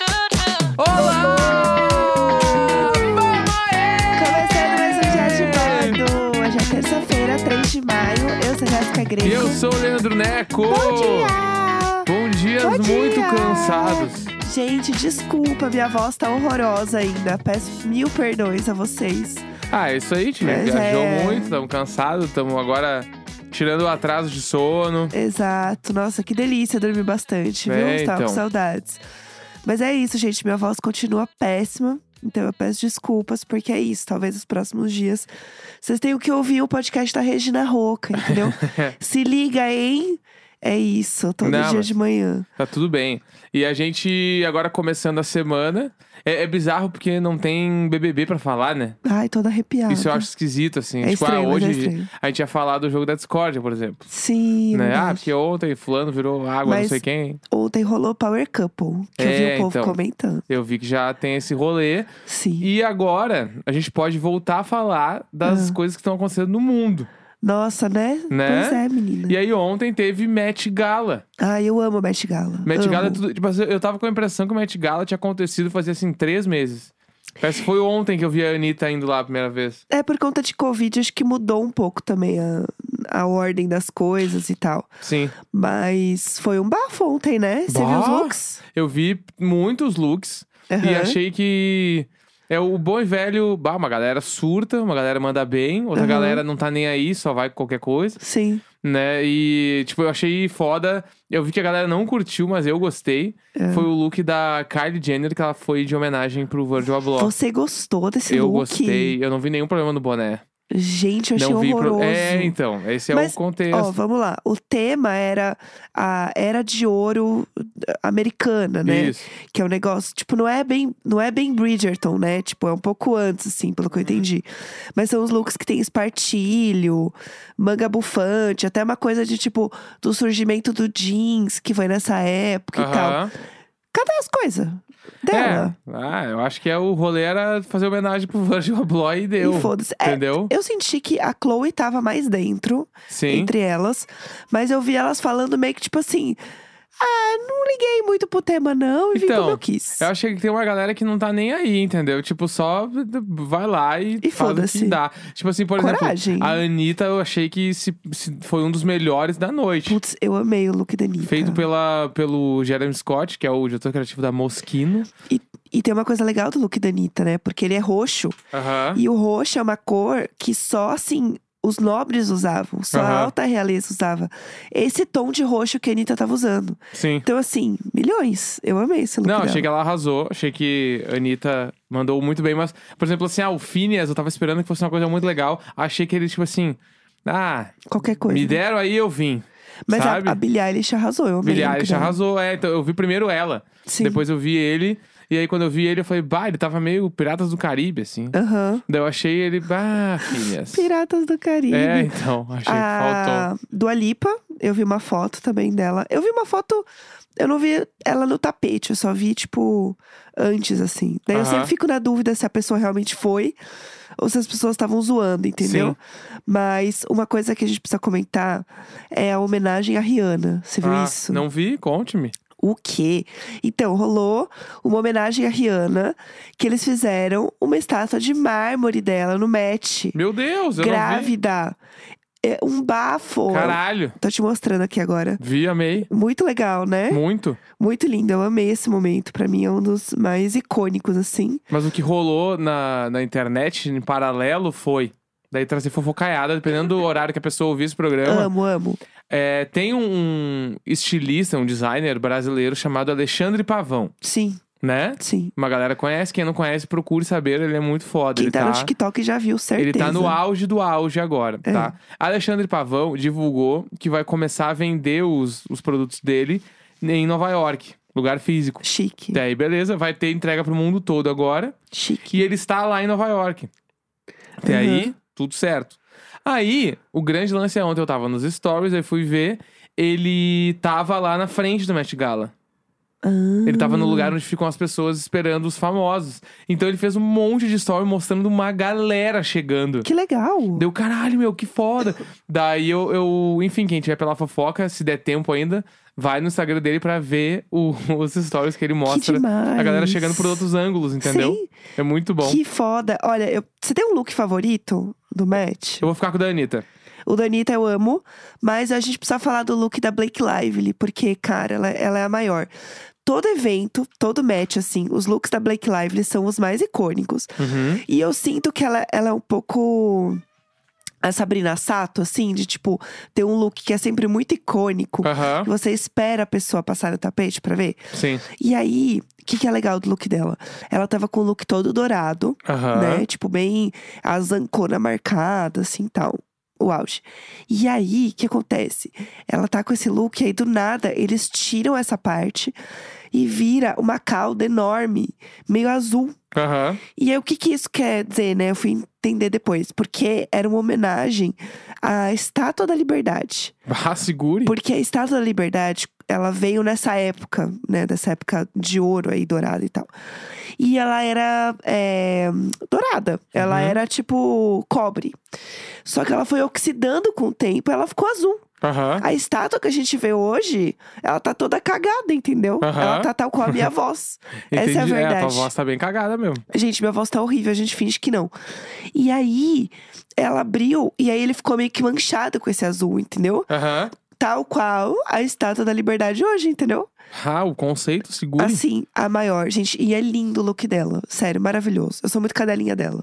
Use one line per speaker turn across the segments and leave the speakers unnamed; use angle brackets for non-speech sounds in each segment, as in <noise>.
um 23 é de maio. Eu sou a Jéssica Greco.
Eu sou o Leandro Neco.
Bom dia!
Bom dias
Bom dia!
muito cansados.
Gente, desculpa, minha voz tá horrorosa ainda. Peço mil perdões a vocês.
Ah, é isso aí, time.
Mas
Viajou
é.
muito, estamos cansados, estamos agora tirando o atraso de sono.
Exato. Nossa, que delícia dormir bastante, viu?
É,
Estava com
então.
saudades. Mas é isso, gente. Minha voz continua péssima. Então eu peço desculpas, porque é isso. Talvez nos próximos dias vocês tenham que ouvir o podcast da Regina
<laughs>
Roca, entendeu? Se liga, hein? É isso, todo
Não,
dia
mas-
de manhã.
Tá tudo bem. E a gente agora começando a semana. É, é bizarro porque não tem BBB pra falar, né?
Ai, toda arrepiada.
Isso eu acho esquisito, assim.
Tá. É
tipo,
estranho,
ah,
mas é
hoje
estranho.
a gente ia falar do jogo da discórdia, por exemplo.
Sim,
Né? Ah,
verdade.
porque ontem fulano virou água, não
Mas-
sei quem.
Ontem rolou Power Couple, que eu vi
É,
o povo
então.
comentando.
Eu vi que já tem esse rolê.
Sim.
E agora a gente pode voltar a falar
Ah.
das coisas que estão acontecendo no mundo.
Nossa, né?
Né?
Pois é, menina.
E aí ontem teve Met Gala.
Ai, eu amo Met Gala.
Met
amo.
Gala é tudo. Tipo, assim, eu tava com a impressão que o Met Gala tinha acontecido fazia assim três meses. Parece que foi ontem que eu vi a Anitta indo lá a primeira vez.
É por conta de Covid, acho que mudou um pouco também a, a ordem das coisas e tal.
Sim.
Mas foi um bafo ontem, né? Você viu os
Bah!
looks?
Eu vi muitos looks e
Aham.
achei que. É o bom e velho. Bah, uma galera surta, uma galera manda bem, outra
Aham.
galera não tá nem aí, só vai com qualquer coisa.
Sim.
né? E, tipo, eu achei foda. Eu vi que a galera não curtiu, mas eu gostei.
É.
Foi o look da Kylie Jenner, que ela foi de homenagem pro Virgil Abloh.
Você gostou desse
eu
look?
gostei. Eu não vi nenhum problema no boné.
Gente, eu achei
não vi pro-
horroroso.
É, então. Esse é
Mas,
o contexto.
Ó, vamos lá. O tema era a era de ouro americana, né?
Isso.
Que é um negócio, tipo, não é bem, não é bem Bridgerton, né? Tipo, é um pouco antes, assim, pelo que eu entendi. Mas são os looks que tem espartilho, manga bufante, até uma coisa de tipo do surgimento do jeans que foi nessa época e tal.
Aham.
Cadê as coisas
É.
dela?
Ah, eu acho que é o rolê era fazer homenagem pro Virgil Abloh e deu.
E foda-se. É,
Entendeu?
eu senti que a Chloe tava mais dentro.
Sim.
entre elas. Mas eu vi elas falando meio que tipo assim: Ah, não liguei muito pro tema, não, e vim
Então,
como eu quis.
Eu achei que tem uma galera que não tá nem aí, entendeu? Tipo, só vai lá e,
E
faz o
foda-se.
que dá. Tipo assim, por
Coragem.
exemplo, a Anitta eu achei que se- se foi um dos melhores da noite.
Putz, eu amei o look da Anitta.
Feito pela, pelo Jeremy Scott, que é o diretor criativo da Mosquino.
E tem uma coisa legal do look da Anitta, né? Porque ele é roxo.
Aham.
E o roxo é uma cor que só assim. Os nobres usavam, só a
Aham.
alta realeza usava. Esse tom de roxo que a Anitta tava usando.
Sim.
Então, assim, milhões. Eu amei esse look.
Não,
dela.
achei que ela arrasou. Achei que a Anitta mandou muito bem. Mas, por exemplo, assim, ah, o Phineas, eu tava esperando que fosse uma coisa muito legal. Achei que ele, tipo assim... Ah,
Qualquer coisa.
me deram aí, eu vim.
Mas a,
sabe?
a Billie Eilish arrasou, eu amei. o
Billie
look
Eilish
dela.
arrasou. É, então eu vi primeiro ela.
Sim.
Depois eu vi ele. E aí, quando eu vi ele, eu falei, bah, ele tava meio Piratas do Caribe, assim.
Aham.
Daí eu achei ele, bah, Phineas.
Piratas do Caribe.
É, então, achei que faltou.
A Dua Lipa, Ah, eu vi uma foto também dela. Eu vi uma foto, eu não vi ela no tapete, eu só vi, tipo, antes, assim. Daí eu
Aham.
sempre fico na dúvida se a pessoa realmente foi ou se as pessoas estavam zoando, entendeu? Mas uma coisa que a gente precisa comentar é a homenagem à Rihanna. Você viu
Ah,
isso?
Não vi? Conte-me.
O quê? Então, rolou uma homenagem à Rihanna, que eles fizeram uma estátua de mármore dela no match.
Meu Deus, eu não vi.
Grávida. É um bafo.
Caralho.
Tô te mostrando aqui agora.
Vi, amei.
Muito legal, né?
Muito.
Muito lindo. Eu amei esse momento. Pra mim é um dos mais icônicos, assim.
Mas o que rolou na, na internet, em paralelo, foi. Daí trazer fofocaiada, dependendo do horário que a pessoa ouvir esse programa.
Amo, amo.
É, tem um estilista, um designer brasileiro chamado Alexandre Pavão,
Sim,
né?
sim.
Uma galera conhece, quem não conhece, procure saber, ele é muito foda.
Quem
ele
tá,
tá
no TikTok já viu, certeza.
Ele tá no auge do auge agora,
É.
tá? Alexandre Pavão divulgou que vai começar a vender os, os produtos dele em Nova York, lugar físico.
Chique,
Daí, beleza, vai ter entrega pro mundo todo agora.
chique.
Que ele está lá em Nova York. Até
Uhum.
aí, tudo certo. Aí, o grande lance é ontem, eu tava nos stories, aí fui ver. Ele tava lá na frente do Met Gala.
Ah,
Ele tava no
Hum.
lugar onde ficam as pessoas esperando os famosos. Então ele fez um monte de story mostrando uma galera chegando.
que legal.
Deu, caralho, meu, que foda. Daí eu, eu, enfim, quem tiver pela fofoca, se der tempo ainda, vai no Instagram dele pra ver o- <laughs> os stories que ele mostra.
demais.
a galera chegando por outros ângulos, entendeu?
Sim.
É muito bom.
Que foda. Olha, eu- você tem um look favorito do match?
Eu vou ficar com o da Anitta.
O da Anitta eu amo, mas a gente precisa falar do look da Blake Lively, porque, cara, ela, ela é a maior. Todo evento, todo match, assim, os looks da Blake Lively são os mais icônicos.
Uhum.
E eu sinto que ela, ela é um pouco. A Sabrina Sato, assim, de tipo, ter um look que é sempre muito icônico.
Aham.
que Você espera a pessoa passar no tapete pra ver.
Sim.
E aí, o que, que é legal do look dela? Ela tava com o look todo dourado,
Aham.
né? Tipo, bem a zancona marcada, assim tal. O auge. E aí, o que acontece? Ela tá com esse look, e aí do nada eles tiram essa parte e vira uma cauda enorme, meio azul.
Aham.
E aí, o que, que isso quer dizer, né? Eu fui entender depois. Porque era uma homenagem à Estátua da Liberdade.
Ah, segure.
Porque a Estátua da Liberdade, ela veio nessa época, né? Dessa época de ouro aí, dourada e tal. E ela era é, dourada. Ela
Uhum.
era tipo cobre. Só que ela foi oxidando com o tempo, ela ficou azul.
Aham.
A estátua que a gente vê hoje, ela tá toda cagada, entendeu?
Aham.
Ela tá tal qual a
<laughs>
minha voz.
Entendi.
Essa é a
a tua
verdade.
voz tá bem cagada mesmo.
Gente, minha voz tá horrível, a gente finge que não. E aí, ela abriu, e aí ele ficou meio que manchado com esse azul, entendeu?
Aham.
Tal qual a estátua da liberdade hoje, entendeu?
Ah, o conceito, segure.
Assim, a maior, gente. E é lindo o look dela. Sério, maravilhoso. Eu sou muito cadelinha dela.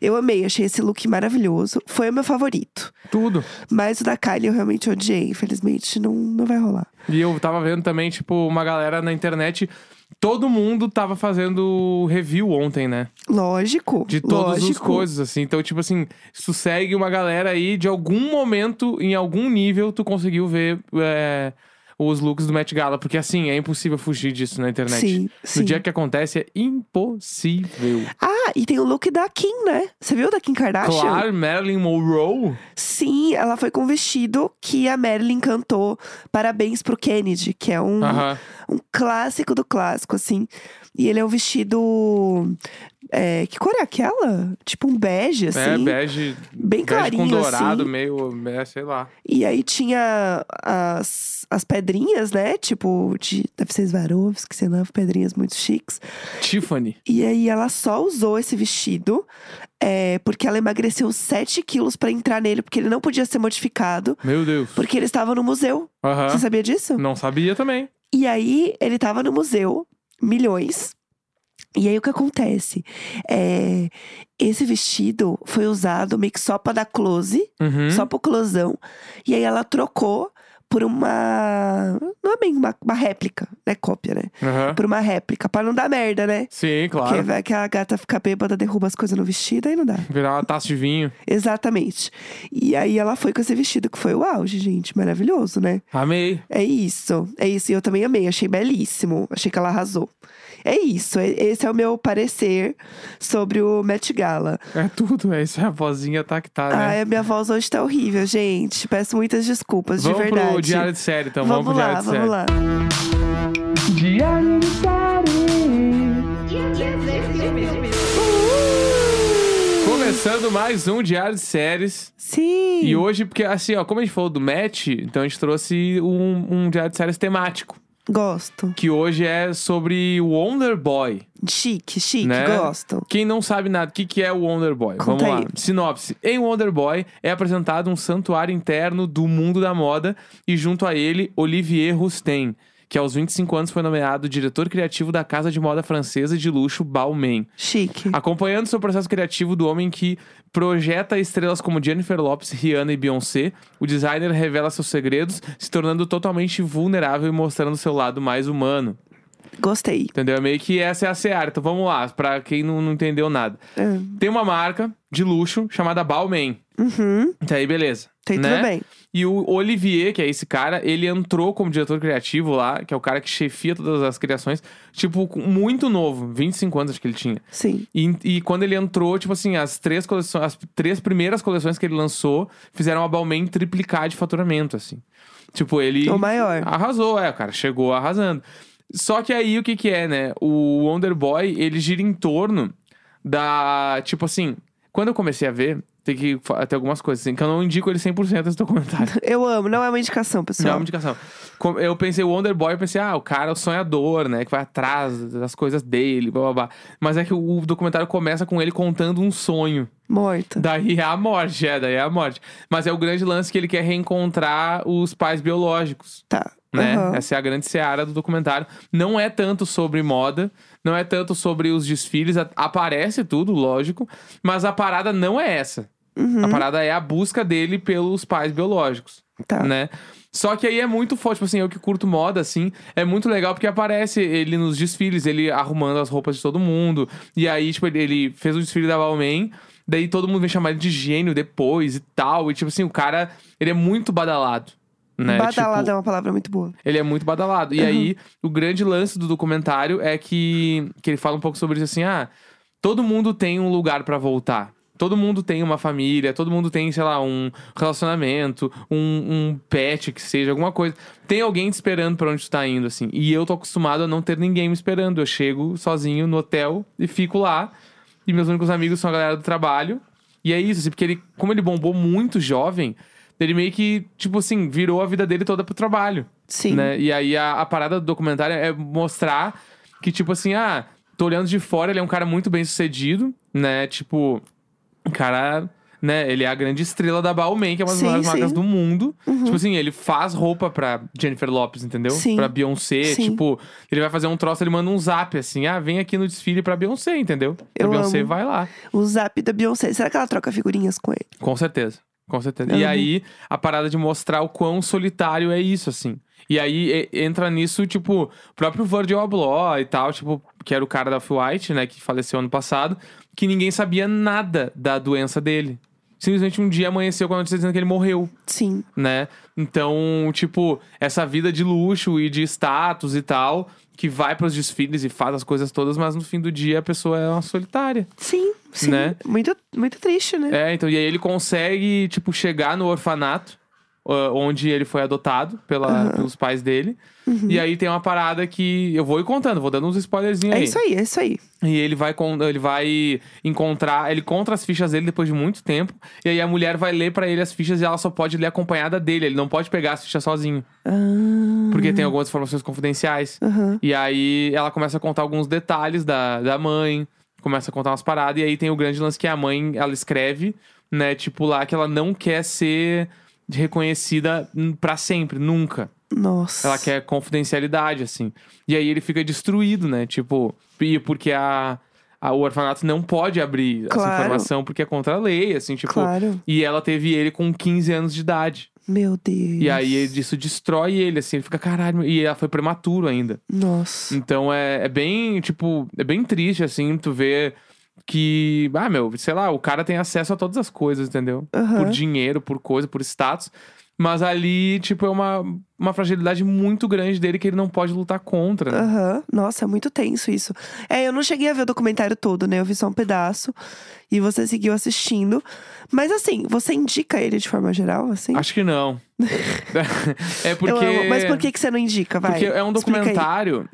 Eu amei, achei esse look maravilhoso. Foi o meu favorito.
Tudo.
Mas o da Kylie eu realmente odiei. Infelizmente, não, não vai rolar.
E eu tava vendo também, tipo, uma galera na internet. Todo mundo tava fazendo review ontem, né?
Lógico.
De todas as
lógico.
coisas, assim. Então, tipo assim, isso segue uma galera aí, de algum momento, em algum nível, tu conseguiu ver é, os looks do Met Gala. Porque assim, é impossível fugir disso na internet.
Sim,
No
sim.
dia que acontece, é impossível.
Ah, e tem o look da Kim, né? Você viu o da Kim Kardashian?
Claro, Marilyn Monroe.
Sim, ela foi com um vestido que a Marilyn cantou Parabéns pro Kennedy, que é um,
Aham.
um clássico do clássico, assim. E ele é um vestido. é, que cor é aquela? Tipo um bege, assim.
É, bege.
Bem
bege
clarinho,
com dourado,
assim.
meio. É, sei lá.
E aí tinha as, as pedrinhas, né? Tipo, de. Deve ser Swarovski, sei lá, pedrinhas muito chiques.
Tiffany.
E aí ela só usou esse vestido é, porque ela emagreceu 7 quilos pra entrar nele, porque ele não podia ser modificado,
Meu Deus.
porque ele estava no museu.
Aham.
Você sabia disso?
Não sabia também.
E aí, ele tava no museu, milhões. E aí, o que acontece? É, esse vestido foi usado meio que só pra dar close,
Uhum.
só pro closão. E aí, ela trocou por uma. Não é bem uma, uma réplica, né? Cópia, né?
Aham.
Por uma réplica, pra não dar merda, né?
Sim,
Porque
Ah. claro.
vai que a gata fica bêbada, derruba as coisas no vestido, aí não dá.
Virar uma taça de vinho.
Exatamente. E aí ela foi com esse vestido, que foi o auge, gente. Maravilhoso, né?
Amei.
É isso, é isso. E eu também amei, achei belíssimo. Achei que ela arrasou. É isso, é- esse é o meu parecer sobre o Met Gala.
É tudo, é isso. É a vozinha tá que tá, né?
Ai, a minha voz hoje tá horrível, gente. Peço muitas desculpas,
vamos
de verdade.
pro diário de série, então. Vamos,
vamos
pro
lá,
diário de série.
vamos lá.
Diário de série. Começando mais um Diário de Séries.
Sim.
E hoje, porque assim, ó, como a gente falou do match, então a gente trouxe um, um Diário de Séries temático.
Gosto.
Que hoje é sobre Wonder Boy.
Chique, chique,
Né?
gosto.
Quem não sabe nada, o que, que é o Wonder Boy?
Conta
Vamos lá.
aí.
Sinopse. Em Wonder Boy é apresentado um santuário interno do mundo da moda e junto a ele, Olivier Rousteing, que aos 25 anos foi nomeado diretor criativo da casa de moda francesa de luxo Balmain.
Chique.
Acompanhando seu processo criativo do homem que projeta estrelas como Jennifer Lopes, Rihanna e Beyoncé, o designer revela seus segredos, se tornando totalmente vulnerável e mostrando seu lado mais humano.
Gostei.
Entendeu? É Meio que essa é a seara. Então vamos lá, pra quem não, não entendeu nada.
É.
Tem uma marca de luxo chamada Balmain.
Uhum.
Até aí, beleza.
Tem
né?
tudo bem.
E o Olivier, que é esse cara, ele entrou como diretor criativo lá, que é o cara que chefia todas as criações, tipo, com- muito novo, 25 anos acho que ele tinha.
Sim.
E, e quando ele entrou, tipo assim, as três coleções, as três primeiras coleções que ele lançou fizeram a Balmain triplicar de faturamento, assim. Tipo, ele.
O maior.
Arrasou, é, o cara chegou arrasando. Só que aí o que que é, né? O Wonder Boy, ele gira em torno da. Tipo assim, quando eu comecei a ver, Tem que fa- ter algumas coisas, assim. Que eu não indico ele 100% esse
<laughs>
documentário.
Eu amo, não é uma indicação,
Não é
pessoal.
uma indicação. Com- Eu pensei, o Wonder Boy, eu pensei, ah, o cara é o sonhador, né? Que vai atrás das coisas dele, blá blá blá. Mas é que o documentário começa com ele contando um sonho.
Morta.
Daí é a morte, é, daí é a morte. Mas é o grande lance que ele quer reencontrar os pais biológicos.
Tá.
Né?
Aham.
Essa é a grande seara do documentário. Não é tanto sobre moda, não é tanto sobre os desfiles. a- Aparece tudo, lógico. Mas a parada não é essa.
uhum,
A parada é a busca dele pelos pais biológicos
Tá.
né? Só que aí é muito forte, tipo assim, eu que curto moda, assim, é muito legal porque aparece ele nos desfiles, ele arrumando as roupas de todo mundo. E aí, tipo, ele, ele fez o desfile da Balmain, daí todo mundo vem chamar ele de gênio depois e tal. E, tipo assim, o cara, ele é muito badalado, né?
Badalada
Tipo,
é uma palavra muito boa.
ele é muito badalado. E aí, o grande lance do documentário é que, que ele fala um pouco sobre isso assim: ah, todo mundo tem um lugar pra voltar. Todo mundo tem uma família, todo mundo tem, sei lá, um relacionamento, um, um pet que seja, alguma coisa. Tem alguém te esperando pra onde tu tá indo, assim. E eu tô acostumado a não ter ninguém me esperando. Eu chego sozinho no hotel e fico lá. E meus únicos amigos são a galera do trabalho. E é isso, assim, porque ele, como ele bombou muito jovem, ele meio que, tipo assim, virou a vida dele toda pro trabalho
Sim.
né? E aí a, a parada do documentário é mostrar que, tipo assim, ah, tô olhando de fora, ele é um cara muito bem sucedido, né? Tipo, um cara. Né? Ele é a grande estrela da Balmain, que é uma das
Sim,
maiores
sim. Uhum.
marcas do mundo. Tipo assim, ele faz roupa pra Jennifer Lopes, entendeu?
Sim.
Pra Beyoncé.
Sim.
Tipo, ele vai fazer um troço, ele manda um zap assim: ah, vem aqui no desfile pra Beyoncé, entendeu? E a
Eu
Beyoncé
amo.
vai lá.
O zap da Beyoncé. Será que ela troca figurinhas com ele?
Com certeza. Com certeza. E
Amo.
aí, a parada de mostrar o quão solitário é isso, assim. E aí e- entra nisso, tipo, o próprio Virgil Abloh e tal, tipo, que era o cara da Off-White, né, que faleceu ano passado, que ninguém sabia nada da doença dele. Simplesmente um dia amanheceu com a notícia dizendo que ele morreu
Sim.
né? Então, tipo, essa vida de luxo e de status e tal, que vai pros desfiles e faz as coisas todas, mas no fim do dia a pessoa é uma solitária.
Sim, sim.
Né?
Muito, muito triste, né?
É, então, e aí ele consegue, tipo, chegar no orfanato, ah, onde ele foi adotado pela, pelos pais dele.
Uhum.
E aí tem uma parada que eu vou ir contando, vou dando uns spoilerzinhos
É,
aí.
isso aí, é isso aí.
E ele vai, con- ele vai encontrar, ele encontra as fichas dele depois de muito tempo. E aí a mulher vai ler pra ele as fichas e ela só pode ler acompanhada dele, ele não pode pegar as fichas sozinho.
Ah,
Porque tem algumas informações confidenciais.
aham.
E aí ela começa a contar alguns detalhes da, da mãe, começa a contar umas paradas, e aí tem o grande lance que a mãe, ela escreve, né, tipo lá, que ela não quer ser reconhecida hum, pra sempre, nunca.
Nossa.
Ela quer confidencialidade, assim. E aí ele fica destruído, né, tipo, e porque a, a- o orfanato não pode abrir essa
Claro.
informação porque é contra a lei, assim, tipo...
Claro.
E ela teve ele com 15 anos de idade.
Meu Deus.
E aí isso destrói ele, assim, ele fica caralho. E ela foi prematuro ainda.
Nossa.
Então é, é bem, tipo, é bem triste, assim, tu ver que, ah, meu, sei lá, o cara tem acesso a todas as coisas, entendeu?
Aham.
Por dinheiro, por coisa, por status. Mas ali, tipo, é uma, uma fragilidade muito grande dele que ele não pode lutar contra. né?
Aham. Nossa, é muito tenso isso. É, eu não cheguei a ver o documentário todo, né? Eu vi só um pedaço. E você seguiu assistindo. Mas assim, você indica ele de forma geral, assim?
Acho que
<laughs>
não. é porque.
Eu amo. Mas por que, que você não indica, vai?
Porque é um
Explica aí.
documentário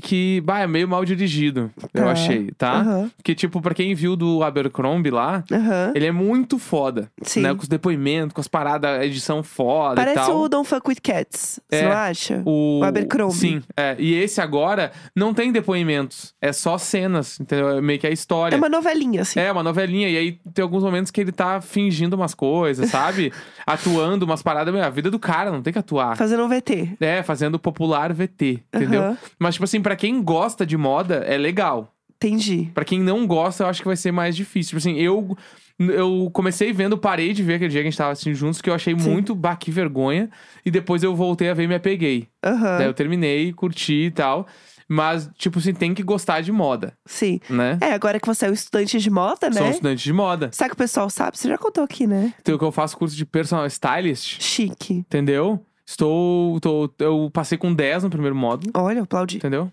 que, bah, é meio mal dirigido, eu
Tá.
achei, tá?
Aham.
Que, tipo, pra quem viu do Abercrombie lá,
Aham.
ele é muito foda.
Sim.
Né? Com os depoimentos, com as paradas, a edição foda e
Parece
tal.
o Don't Fuck With Cats,
É,
você não acha?
O,
o Abercrombie.
Sim, é. E esse agora não tem depoimentos. É só cenas, entendeu? É meio que a história.
É uma novelinha, assim.
É, uma novelinha. E aí tem alguns momentos que ele tá fingindo umas coisas,
<laughs>
sabe? Atuando umas paradas. Meu, a vida do cara, não tem que atuar.
Fazendo um VT.
É, fazendo popular VT, entendeu?
Aham.
Mas, tipo assim, pra quem gosta de moda, é legal.
Entendi.
Pra quem não gosta, eu acho que vai ser mais difícil. Tipo assim, eu, eu comecei vendo, parei de ver aquele dia que a gente tava assistindo juntos, que eu achei
Sim.
muito, bah, que vergonha. E depois eu voltei a ver e me apeguei.
Aham.
Daí eu terminei, curti e tal. Mas, tipo assim, tem que gostar de moda,
Sim.
né?
É, agora que você é um estudante de moda,
Sou um
né?
estudante de moda.
Sabe que o pessoal sabe? Você já contou aqui, né?
Então, que eu faço curso de personal stylist,
Chique.
entendeu? Estou. Tô, eu passei com 10 no primeiro módulo,
Olha, eu aplaudi.
entendeu?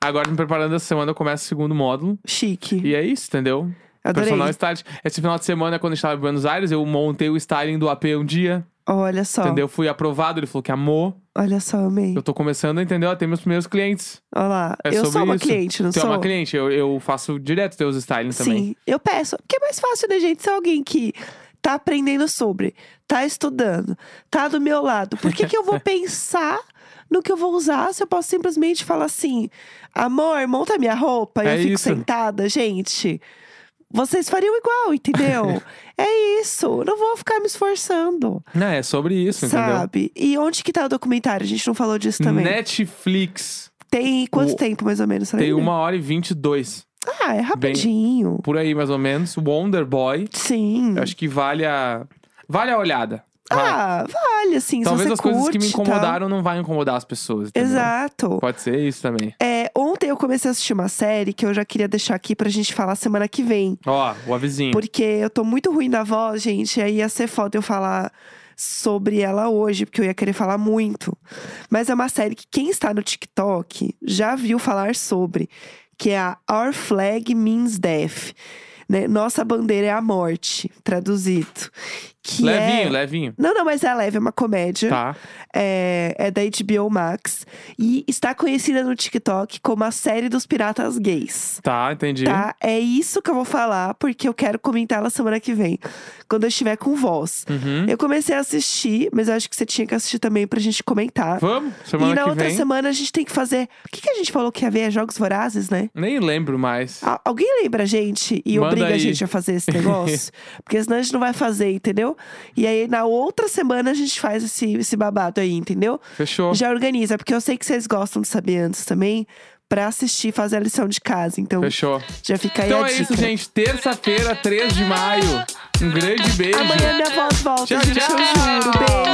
Agora, me preparando essa semana, eu começo o segundo módulo.
Chique.
E é isso, entendeu?
Adorei.
Personal stylist. Esse final de semana, quando eu estava em Buenos Aires, eu montei o styling do AP um dia.
Olha só.
Entendeu? Fui aprovado, ele falou que amou.
Olha só, amei.
Eu tô começando a entender, ó, tem meus primeiros clientes.
Olha lá.
É
eu
sobre
sou uma
isso.
cliente, não
Tu é
sou?
uma cliente, eu, eu faço direto teus styling também.
Sim, eu peço. Porque é mais fácil, né, gente? Se alguém que tá aprendendo sobre, tá estudando, tá do meu lado, por que, que
<laughs>
eu vou pensar no que eu vou usar se eu posso simplesmente falar assim: amor, monta minha roupa e
É
eu fico
isso.
sentada? Gente, vocês fariam
<laughs>
igual, entendeu? é isso. eu Não vou ficar me esforçando,
Não, é sobre isso, entendeu?
sabe? E onde que tá o documentário? A gente não falou disso também.
Netflix
Tem quanto
O-
tempo, mais ou menos? Você
tem
lembra?
uma hora e 22.
Ah, é rapidinho.
Por aí, mais ou menos. Wonder Boy.
Sim.
Eu acho que vale a. Vale a olhada. Vai.
Hum. Ah, vale, assim,
Talvez
se você
as coisas que
curte
me
e tal.
incomodaram né? não vai incomodar as pessoas. entendeu?
Exato.
Pode ser isso também.
É, ontem eu comecei a assistir uma série que eu já queria deixar aqui pra gente falar semana que vem.
Ó, o avizinho.
Porque eu tô muito ruim na voz, gente. e Aí ia ser foda eu falar sobre ela hoje, porque eu ia querer falar muito. Mas é uma série que quem está no TikTok já viu falar sobre, que é a Our Flag Means Death. né? Nossa bandeira é a morte, traduzido. Que
levinho,
é...
levinho.
Não, não, mas é leve, é uma comédia.
Tá.
é, é da HBO Max e está conhecida no TikTok como a série dos piratas gays.
Tá, entendi.
Tá? É isso que eu vou falar, porque eu quero comentá-la semana que vem, quando eu estiver com voz.
Uhum.
Eu comecei a assistir, mas eu acho que você tinha que assistir também pra gente comentar.
Vamos? Semana
É. e na
que
outra
vem.
semana a gente tem que fazer. O que, que a gente falou que ia ver? É Jogos Vorazes, né?
Nem lembro mais.
A- Alguém lembra a gente e
Manda
obriga
aí.
a gente a fazer
<laughs>
esse negócio? Porque senão a gente não vai fazer, entendeu? E aí na outra semana a gente faz esse, esse babado aí, entendeu?
Fechou.
Já organiza, porque eu sei que vocês gostam de saber antes também, pra assistir e fazer a lição de casa. Então,
Fechou.
já fica aí
Então
a
é
dica.
isso, gente. Terça-feira, 3 de maio. Um grande beijo.
Amanhã minha voz volta,
Tchau,
gente,
tchau.
eu juro. Beijo.